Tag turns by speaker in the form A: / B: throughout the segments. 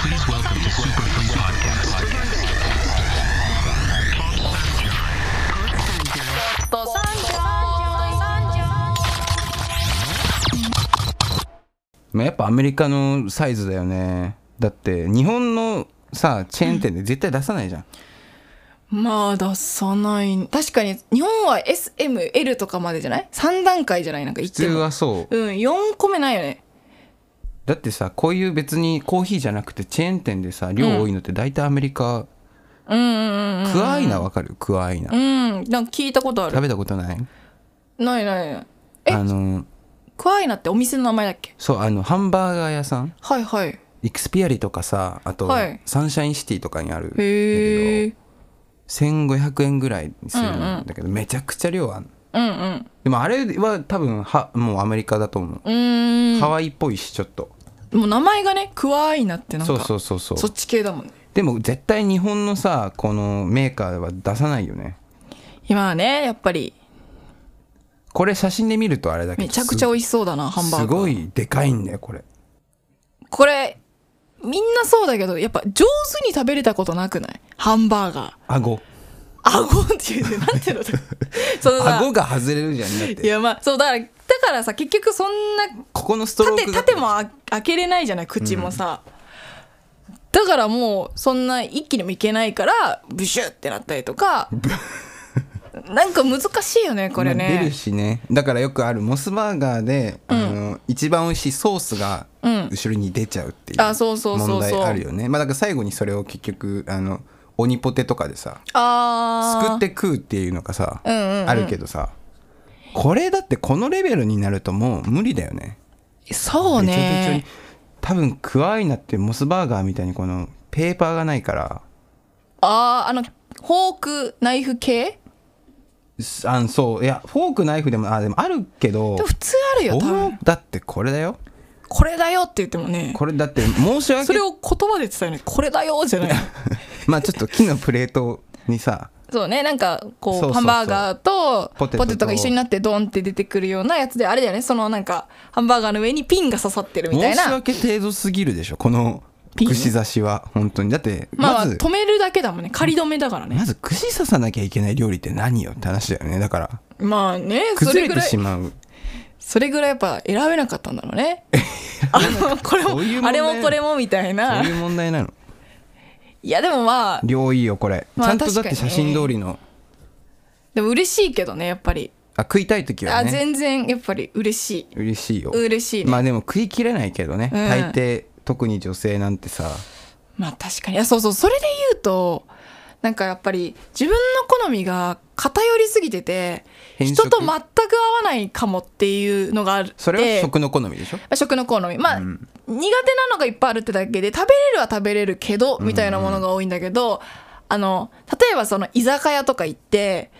A: Please welcome to Super Free Podcast.
B: まあやっぱアメリカのサイズだよねだって日本のさチェーン店で絶対出さないじゃん、
C: まあ出さない確かに日本は SML とかまでじゃない ?3 段階じゃないなんか言
B: 普
C: っ
B: 通
C: ても
B: はそう
C: うん4個目ないよね
B: だってさこういう別にコーヒーじゃなくてチェーン店でさ量多いのって大体アメリカ、
C: うんうん
B: クアイナわかるクアイナ、
C: うんうんなんか聞いたことあ
B: 食
C: る
B: べたことない
C: ないないないえ
B: あの
C: クアイナってお店の名前だっけ
B: そうあのハンバーガー屋さん
C: はいはい
B: イクスピアリとかさあと、
C: はい
B: サンシャインシティとかにあるんだ
C: へ
B: け
C: え
B: ど1500円ぐらいするんだけど、めちゃくちゃ量ある
C: うんうん
B: でもあれは多分はもうアメリカだと思う、
C: うーん
B: ハワイっぽいしちょっと
C: もう名前がねクアイナってなん
B: そ
C: か
B: うそうそうそう
C: そっち系だもんね
B: でも絶対日本のさこのメーカーは出さないよね
C: 今はねやっぱり
B: これ写真で見るとあれだけど
C: めちゃくちゃ美味しそうだなハンバーガー
B: すごいでかいんだよこれ
C: これみんなそうだけどやっぱ上手に食べれたことなくないハンバーガー
B: 顎
C: 顎っていうねな んていうのそのさ
B: 顎が外れるじゃんだっ
C: い
B: て
C: やまあそうだからだからさ結局そんな
B: ここのストロー
C: 縦
B: クが
C: 縦もあ開けれないじゃない口もさ、だからもうそんな一気にもいけないからブシュってなったり とかなんか難しいよねこれ
B: まあ出る
C: ね
B: しねだからよくあるモスバーガーで、あの一番美味しいソースが
C: うん
B: 後ろに出ちゃうっていう
C: あそうそうそうそう
B: 問題あるよねまあだから最後にそれを結局あの鬼ポテとかでさ
C: あ
B: すく
C: あ
B: って食うっていうのがさ、
C: うんうんうん
B: あるけどさこれだってこのレベルになるともう無理だよね
C: そう
B: べちょべちょに
C: ね
B: 多分クアイナってモスバーガーみたいにこのペーパーがないから
C: あああのフォークナイフ系
B: すあんそういやフォークナイフでもあでもあるけど
C: でも普通あるよ多
B: お
C: 分
B: だってこれだよ
C: これだよって言ってもね
B: これだって申し
C: そ
B: 訳
C: れを言葉で伝えるねこれだよじゃない
B: まあちょっと木のプレートにさ
C: そうねなんかこう
B: そうそうそう
C: ハンバーガーと
B: ポ
C: ポ
B: テト
C: テ
B: と
C: トが一緒になってドンって出てくるようなやつであれだよねそのなんかハンバーガーの上にピンが刺さってるみた
B: 申
C: い
B: し
C: な
B: 訳程度すぎるでしょこの
C: ピン
B: 串刺しは本当にだって
C: まあま
B: ま
C: あ
B: ず、
C: 止めるだけだもんね仮止めだからね
B: まず串刺さなきゃいけない料理って何よって話だよねだから
C: まあね そ
B: 崩れ
C: れぐ
B: て
C: らい
B: しまう
C: それぐらいやっぱ選べなかったんだろ うねあのこれも
B: そういう問題
C: あれもこれもみたい
B: そ
C: な
B: ういう問題なの
C: いやでもまあ
B: 量いいよこれ、
C: まあ
B: ちゃんとだって
C: 確か
B: 写
C: に
B: 真通りの
C: でも嬉しいけどねやっぱり
B: あ食いたい時は
C: あ
B: ね
C: 全然やっぱり嬉し
B: 嬉しいよ
C: い嬉しいね
B: まあでも食いきれないけどね、
C: うん
B: 大抵特に女性なんてさ
C: まあ確かにいやそうそうそれで言うとなんかやっぱり自分の好みが偏りすぎてて
B: 偏食
C: 人と全く合わないかもっていうのがある
B: それは食の好みでしょ
C: 食の好みまあ、苦手なのがいっぱいあるってだけで食べれるは食べれるけどみたいなものが多いんだけど、あの例えばその居酒屋とか行って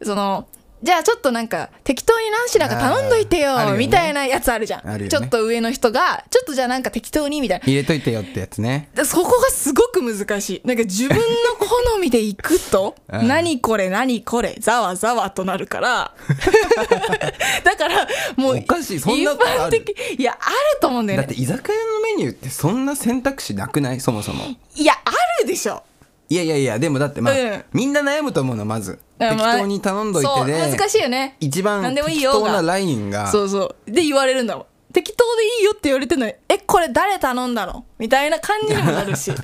C: そのじゃあちょっとなんか適当に何品か頼んどいてよ
B: あーあるよね
C: みたいなやつあるじゃん、
B: あるよね
C: ちょっと上の人がちょっとじゃあなんか適当にみたいな
B: 入れといてよってやつね
C: でそこがすごく難しいなんか自分の好みで行く と
B: ああ
C: 何これ何これざわざわとなるから だからもう
B: おかしいそんなことある
C: 一般的いやあると思うんだよ
B: だっ
C: ね
B: て居酒屋のメニューってそんな選択肢なくないそもそも
C: いやあるでしょ
B: いやいやいやでもだってまあ、
C: うん
B: みんな悩むと思うのまず適当に頼んどいて
C: そう
B: で、
C: 難しいよね
B: 一番
C: 何でもいい
B: 適
C: よ
B: 当な
C: が
B: ラインが
C: そうそうで言われるんだもん適当でいいよって言われてるのにえこれ誰頼んだのみたいな感じにも なるしい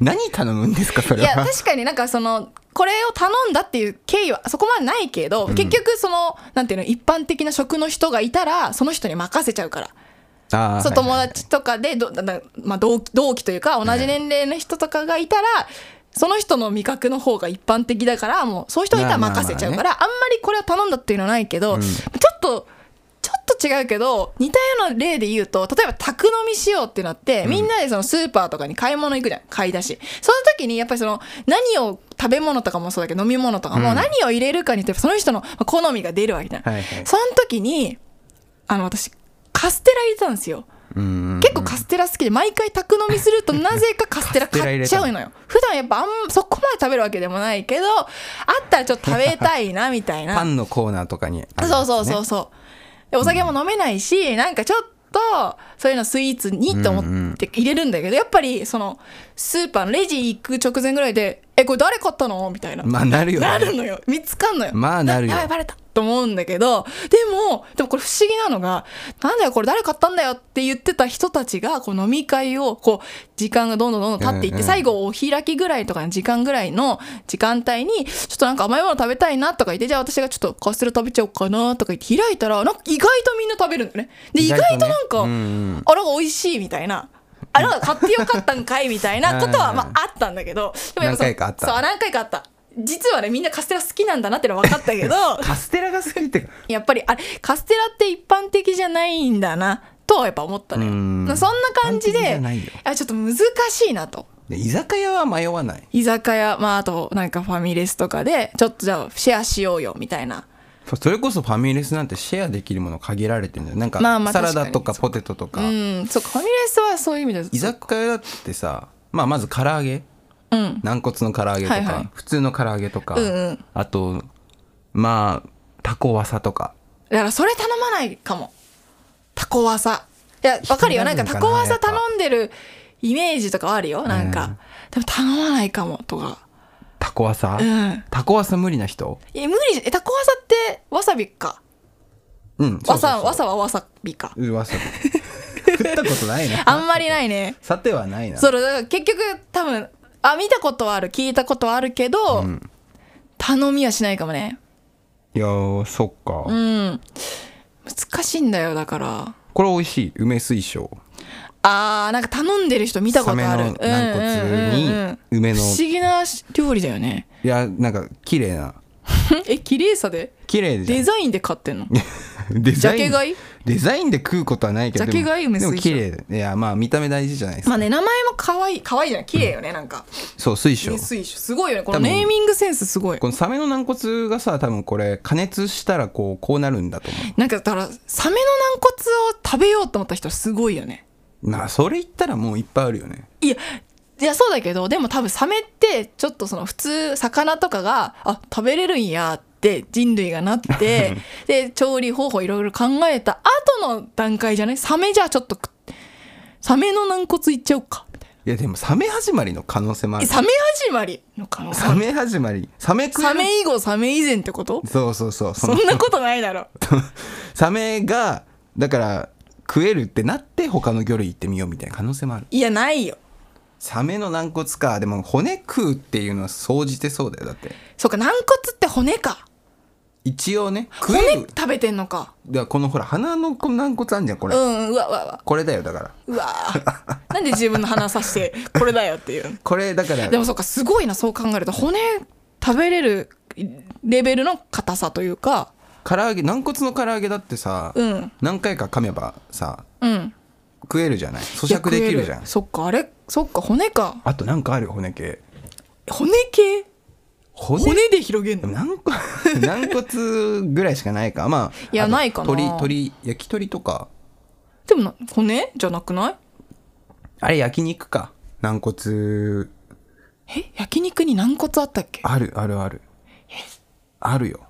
B: 何頼むんですかそれは
C: や確かになんかそのこれを頼んだっていう経緯はそこまでないけど、結局そのなんていうの一般的な職の人がいたらその人に任せちゃうから
B: あー
C: そう
B: はいは
C: 友
B: い
C: 達とかでど、だだまあ、同期同期というか同じ年齢の人とかがいたら、その人の味覚の方が一般的だからもうそういう人がいたら
B: まあまあまあ
C: 任せちゃうから、あんまりこれは頼んだっていうのはないけど、ちょっとちょっと違うけど似たような例で言うと例えば宅飲みしようってなってみんなでそのスーパーとかに買い物行くじゃん買い出しその時にやっぱりその何を食べ物とかもそうだけど飲み物とかも何を入れるかによってその人の好みが出るわけじゃん、
B: はいはい
C: その時にあの私カステラ入れたんですよ
B: うん
C: 結構カステラ好きで毎回宅飲みする となぜかカステラ買っちゃうのよ普段やっぱあんそこまで食べるわけでもないけどあったらちょっと食べたい なみたいな
B: パンのコーナーとかにあるやつね、
C: そうそうそうそうでお酒も飲めないし、なんかちょっとそういうのスイーツにと思って入れるんだけど、やっぱりそのスーパーのレジ行く直前ぐらいで「えこれ誰買ったの?」みたいな、
B: まあなるよね
C: なるのよ見つかんのよ
B: まあなるよ
C: やばいバレたと思うんだけどでもでもこれ不思議なのが「なんだよこれ誰買ったんだよ」って言ってた人たちがこう飲み会をこう時間がどんどんどんどん経っていっ
B: うんう
C: て
B: ん
C: 最後お開きぐらいとかの時間ぐらいの時間帯にちょっとなんか甘いもの食べたいなとか言ってじゃあ私がちょっとカステラ食べちゃおうかなとか言って開いたらなんか意外とみんな食べるんだね。で意
B: 意
C: 外
B: 外とね
C: となんか、
B: うんうん
C: あなんか美味しいみたいな。あなんか買ってよかったんかいみたいなこと
B: あ
C: は
B: ー
C: まああったんだけどでもやぱその
B: 何回かあった
C: そう何回かあった実はねみんなカステラ好きなんだなってのは分かったけど
B: カステラが好きってか
C: やっぱりあれカステラって一般的じゃないんだなとはやっぱ思ったのよ
B: う
C: そん
B: ん
C: な感じ
B: 一般的じ
C: で
B: ゃないよ
C: あちょっと難しいなと
B: で居酒屋は迷わない
C: 居酒屋まああとなんかファミレスとかでちょっとじゃあシェアしようよみたいな
B: それこそファミレスなんてシェアできるもの限られてるんだよなんか
C: まあまあ
B: サラダと
C: 確
B: か
C: かに
B: ポテトとか、
C: うんそうかファミレスはそういう意味で
B: 居酒屋だってさ、まあ、まず唐揚げ
C: うん
B: 軟骨の唐揚げとか、
C: はいはい
B: 普通の唐揚げとか、
C: うんうん
B: あとまあタコワサとか
C: だからそれ頼まないかもタコワサいやわかるよ
B: 気に
C: な
B: な
C: んか
B: るのかな
C: タコワ
B: や
C: サ
B: っぱ
C: 頼んでるイメージとかはあるよなんか、でも頼まないかもとか
B: タコワサ、
C: うん
B: タコワサ無理な人
C: え無理じゃえタコワサってわさびか
B: うん
C: わさ
B: そう
C: わ
B: そう
C: さはわさびか
B: そううんわさび 食ったことないな
C: あんまりないね
B: さてはないな
C: それだから結局多分あ見たことはある聞いたことはあるけど、
B: ん
C: 頼みはしないかもね
B: いやーそっか、
C: うん難しいんだよだから
B: これ美味しい梅水晶
C: あーなんか頼んでる人見たことある
B: サメの軟骨に
C: うんうんうんうん
B: 梅の
C: 不思議な料理だよ ね
B: いやなんか綺麗な
C: え綺麗さで
B: 綺麗で
C: デザインで買ってんの
B: デザイン
C: ジャケ買い
B: デザインで食うことはないけど
C: ジャケ買い
B: でも
C: 梅水晶
B: でも綺麗いやまあ見た目大事じゃないですか、
C: まあね名前も可愛い可愛いじゃない綺麗よねなんか
B: そう水晶
C: 水晶すごいよねこ
B: 多
C: の
B: 分
C: ネーミングセンスすごい
B: このサメの軟骨がさ多分これ加熱したらこうこうなるんだと思
C: なんかだからサメの軟骨を食べようと思った人はすごいよね
B: うまあそれ言ったらもういっぱいあるよね
C: いやいやそうだけどでも多分サメってちょっとその普通魚とかがあ食べれるんやって人類がなって で調理方法いろいろ考えた後の段階じゃないサメじゃあちょっと食サメの軟骨いっちゃおうかみたいない
B: やでもサメ始まりの可能性もあ
C: え
B: る
C: サメ始まりの可能性
B: サメ始まりサメ食える
C: サメ以後サメ以前ってこと
B: そうそうそう そ
C: そ
B: の
C: んなことないだろ
B: サメがだから食えるってなって他の魚類行ってみようみたいな可能性もある
C: いやないよ
B: サメの軟骨かでも骨食うっていうのは総じてそうだよだって
C: そうか軟骨って骨か
B: 一応ね食
C: 骨
B: える
C: 食べてんのか
B: だからこのほら鼻のこの軟骨あんじゃんこ
C: う
B: れ、
C: んうんうわうわうわ
B: これだよだから
C: うわーなんで自分の鼻さしてこれだよっていう
B: これだから
C: でもそうかすごいなそう考えると骨食べれるレベルの硬さというか
B: 唐揚げ軟骨の唐揚げだってさ、
C: うん
B: 何回か噛めばさ
C: うん
B: 食えるじゃない咀嚼できるじゃ
C: いや
B: ん
C: 食えそっかあれそっか骨か
B: あとなんかあるよ骨系
C: 骨系
B: 骨
C: 骨で広げん
B: でも
C: の
B: 軟骨 軟骨ぐらいしかないかまあ
C: いや
B: あと
C: ないかな
B: 鳥鳥焼き鳥とか
C: でもな骨じゃなくない
B: あれ焼肉か軟骨
C: え焼肉に軟骨あったっけ
B: あるあるあるあるよ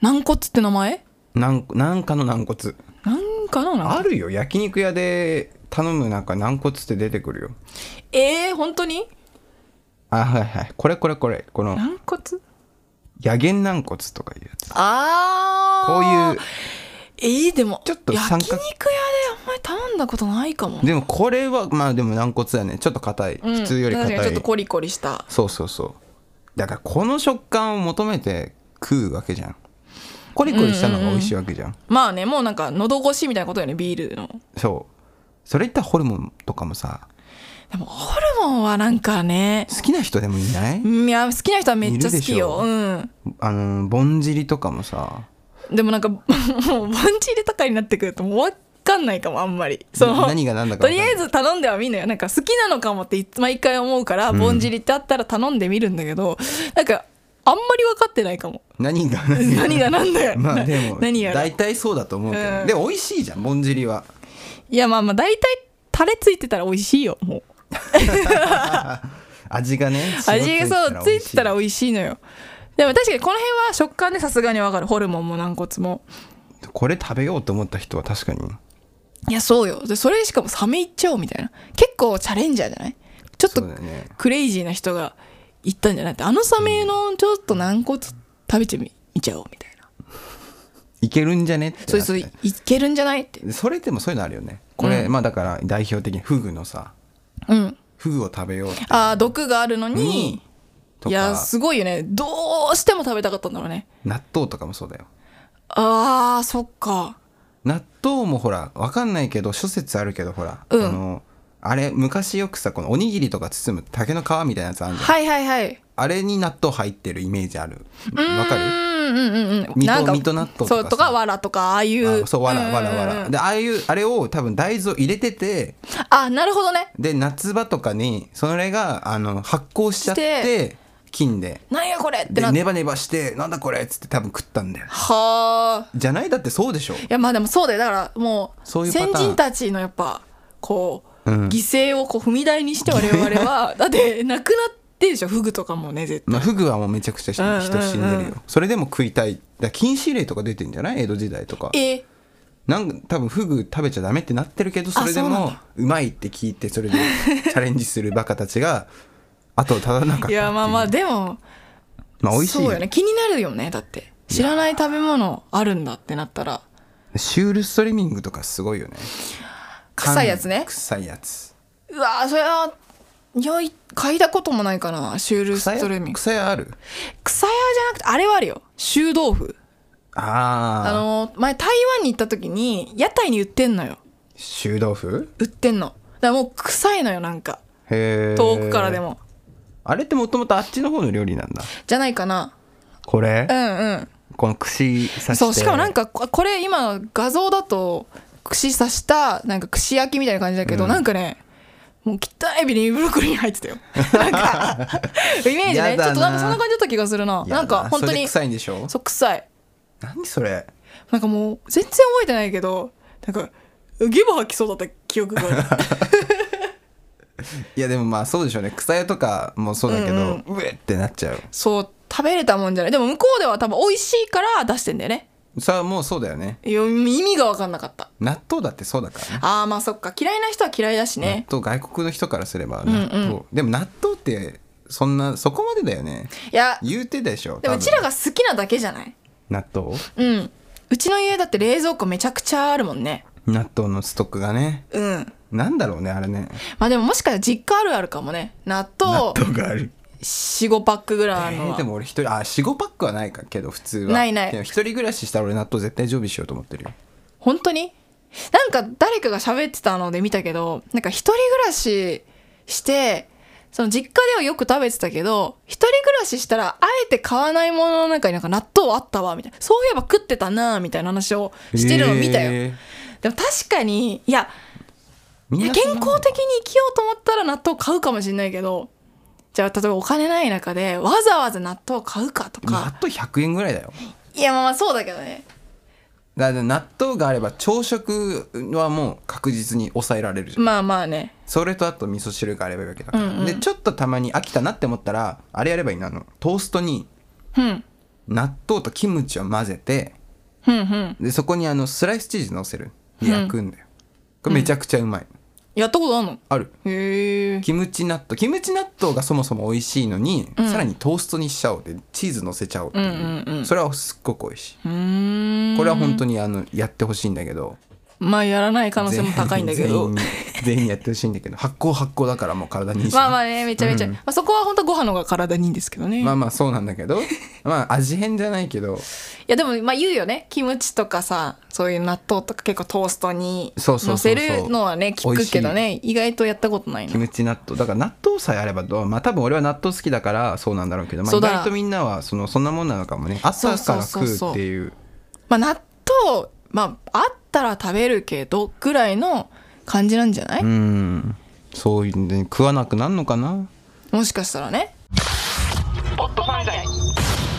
C: 軟骨って名前
B: なんなんかの軟骨
C: なんかななんか
B: あるよ焼肉屋で頼むなんか軟骨って出てくるよ
C: えー、本当に
B: あはいはいこれこれこれこの
C: 軟骨
B: 野源軟骨とかいうやつ
C: あ
B: こう
C: あ
B: いう
C: えー、でも
B: ちょっと
C: 焼
B: 三
C: 肉
B: 角
C: 屋であんまり頼んだことないかも
B: でもこれはまあでも軟骨だねちょっと硬い、
C: うん
B: 普通より
C: 確かに
B: 硬
C: ちょっ
B: い
C: とコリコリした
B: そうそうそうだからこの食感を求めて食うわけじゃんコリコリしたのが美味しいわけじゃん,、
C: まあねもうなんか喉越しみたいなことよねビールの
B: そうそれ言ったらホルモンとかもさ
C: でもホルモンはなんかね
B: 好きな人でもいない、
C: うんいや好きな人はめっちゃ好きよ
B: い
C: うん
B: あのぼんじりとかもさ
C: でもなんか もう盆地入れとかになってくるともう分かんないかもあんまりその
B: 何が何だか
C: と
B: 分かん
C: り
B: な
C: あ
B: い
C: えず頼んではみんのよなんか好きなのかもっていつ毎回思うからぼんじりってあったら頼んでみるんだけど、なんかあんまり分かってない かも
B: 何が何が
C: 何が何だよ
B: まあでも
C: 何やら
B: 大体そうだと思うけど、
C: うん
B: でも美味しいじゃんぼんじりはい
C: やまあまあ大体タレついてたら美味しいよもう
B: 味がね
C: 味がそうついてたら
B: 美味し
C: 美味しいのよでも確かにこの辺は食感でさすがに分かるホルモンも軟骨も
B: いこれ食べようと思った人は確かに
C: いやそうよでそれしかもサメ行っちゃおうみたいな結構チャレンジャーじゃないちょっ
B: そ
C: と
B: うだよね
C: クレイジーな人が行ったんじゃないってあのサメのちょっと軟骨食べてみ見ちゃおうみたいない
B: けるんじゃねってなって
C: それそれいけるんじゃないって
B: それでもそういうのあるよねこれ、
C: うん
B: まあだから代表的にフグのさ
C: うん
B: フグを食べようって
C: ああ毒があるのに
B: と
C: いや
B: か
C: すごいよねどうしても食べたかったんだろうね
B: 納豆とかもそうだよ
C: あーそっか
B: 納豆もほらわかんないけど諸説あるけどほら、
C: うん
B: あのあれ昔よくさこのおにぎりとか包む竹の皮みたいなやつあるじゃん、
C: はいはいはい
B: あれに納豆入ってるイメージある
C: うーん
B: わかる
C: うんうんうん
B: 水戸
C: なんか
B: 水戸納豆とかさ
C: そうとかわらとかああいう
B: あそうわら
C: んんん
B: わらわらでああいうあれを多分大豆を入れてて
C: あなるほどね
B: で夏場とかにそれがあの発酵しちゃって菌で
C: なんやこれって
B: で
C: なって
B: ネバネバしてなんだこれっつって多分食ったんだよ
C: はあ
B: じゃないだってそうでしょ
C: いやまあでもそうだよだからもう
B: そういうパター
C: 先
B: ン
C: 人たちのやっぱこ
B: う
C: う、
B: ん
C: 犠牲をこう踏み台にして我々は だってなくなってるでしょフグとかもね絶対
B: まあ、フグはもうめちゃくちゃ
C: うんうんうん
B: 人人死んでるよ、それでも食いたいだから禁止令とか出てんじゃない江戸時代とか
C: え
B: なんか多分フグ食べちゃダメってなってるけどそれで
C: そうなん
B: も
C: だ
B: うまいって聞いて それでチャレンジするバカたちが後を絶たなかったって
C: いやまあまあ
B: う
C: でも
B: まあ美味しい
C: そうよね気になるよねだって知らない食べ物あるんだってなったら
B: シュールストリーミングとかすごいよね
C: 臭いやつ
B: 缶
C: ね
B: 臭いやつ
C: うわーそれはいやい嗅いだこともないかなシュール
B: 臭
C: ス
B: い
C: トレミング
B: 臭いある
C: 草屋じゃなくてあれはあるよ臭豆腐
B: あ
C: あ
B: あ
C: の前台湾に行った時に屋台に売ってんのよ
B: 臭豆腐
C: 売ってんのだからもう臭いのよなんか
B: へえ
C: 遠くからでも、
B: あれってもともとあっちの方の料理なんだ
C: じゃないかな
B: これ
C: うんうん
B: この串刺して
C: そうしかもなん
B: か
C: かここれ今画像だと串刺したなんか串焼きみたいな感じだけど、
B: うん
C: なんかねもう汚いビニール袋に入って たよなんかイメージ
B: やだ
C: ねち
B: な
C: ょっとなんかそんな感じだった気がするななんか本当に
B: 臭いんでしょ
C: そう臭い
B: 何それ
C: なんかもう全然覚えてないけどなんかゲボ吐きそうだった記憶が ある
B: いやでもまあそうでしょうね草屋とかもそうだけど、うえってなっちゃう
C: そう食べれたもんじゃないでも向こうでは多分美味しいから出してんだよね
B: それはもうそうだよね
C: いや意味が分かんなかった
B: 納豆だってそうだからね
C: あーまあそっか嫌いな人は嫌いだしね
B: 納豆外国の人からすれば
C: んうん
B: 納豆、でも納豆ってそんなそこまでだよね
C: いや
B: 言うてでしょ
C: でも
B: 多
C: う
B: 分
C: ちらが好きなだけじゃない
B: 納豆
C: うんうちの家だって冷蔵庫めちゃくちゃあるもんね
B: 納豆のストックがね
C: うん
B: なんだろうねあれね
C: まあでももしかしたら実家あるあるかもね納
B: 納
C: 豆
B: 豆がある
C: 45パックぐらいあ
B: え
C: るの
B: ー、
C: は、
B: でも俺一人あ45パックはないかけど普通は
C: ないない
B: でも一人暮らししたら俺納豆絶対常備しようと思ってるよ
C: 本当になんか誰かが喋ってたので見たけどなんか一人暮らししてその実家ではよく食べてたけど一人暮らししたらあえて買わないものの中になんか納豆あったわみたいなそういえば食ってたなみたいな話をしてるのを見たよ、
B: えー
C: でも確かにいや
B: みん
C: いや
B: なそ
C: 健
B: うなんだ
C: 康的に生きようと思ったら納豆買うかもしれないけどじゃあ例えばお金ない中でわざわざ納豆買うかと
B: 納
C: か
B: 豆100円ぐらいだよ
C: いやまあまあそうだけどね
B: だから納豆があれば朝食はもう確実に抑えられるじゃん、
C: まあまあね
B: それとあと味噌汁があればいいわけだから、
C: うんうん
B: でちょっとたまに飽きたなって思ったらあれやればいいのあのトーストに
C: うん
B: 納豆とキムチを混ぜて
C: うんうん
B: でそこにあのスライスチーズ乗せる焼くんだよ、これめちゃくちゃうまい、
C: やったことあんの
B: ある
C: へえ
B: キムチ納豆キムチ納豆がそもそも美味しいのに、さらにトーストにしちゃおうでチーズ乗せちゃおうっていう、
C: うんうんうん
B: それはすっごく美味しいう
C: ーん
B: これは本当にあのやってほしいんだけど
C: まあやらない可能性も高いんだけ
B: 全
C: ど
B: 員全員やってほしいんだけど発酵発酵だからもう体にいいし
C: まあまあねめちゃめちゃ、
B: うん
C: まあ、そこは本当ご飯の方が体にいいんですけどね、
B: まあまあそうなんだけ どまあ味変じゃないけど
C: いやでもまあ言うよねキムチとかさそういう納豆とか結構トーストに
B: そうそうそう
C: のせるのはね
B: 美
C: 聞
B: 味
C: く
B: しい
C: けどね意外とやったことない
B: キ
C: な
B: ムチ納豆だから納豆さえあればどうまあ多分俺は納豆好きだからそうなんだろうけど、まあ、意
C: そうだ
B: 外とみんなはそのそんなもんなのかもね朝から
C: そ
B: 食
C: うそう
B: う
C: そうそう
B: っていう
C: まあ納豆まああったら食べるけどぐらいの感じなんじゃない、
B: うんそういうね食わなくなんのかな
C: もしかしたらね
A: ポッドファイター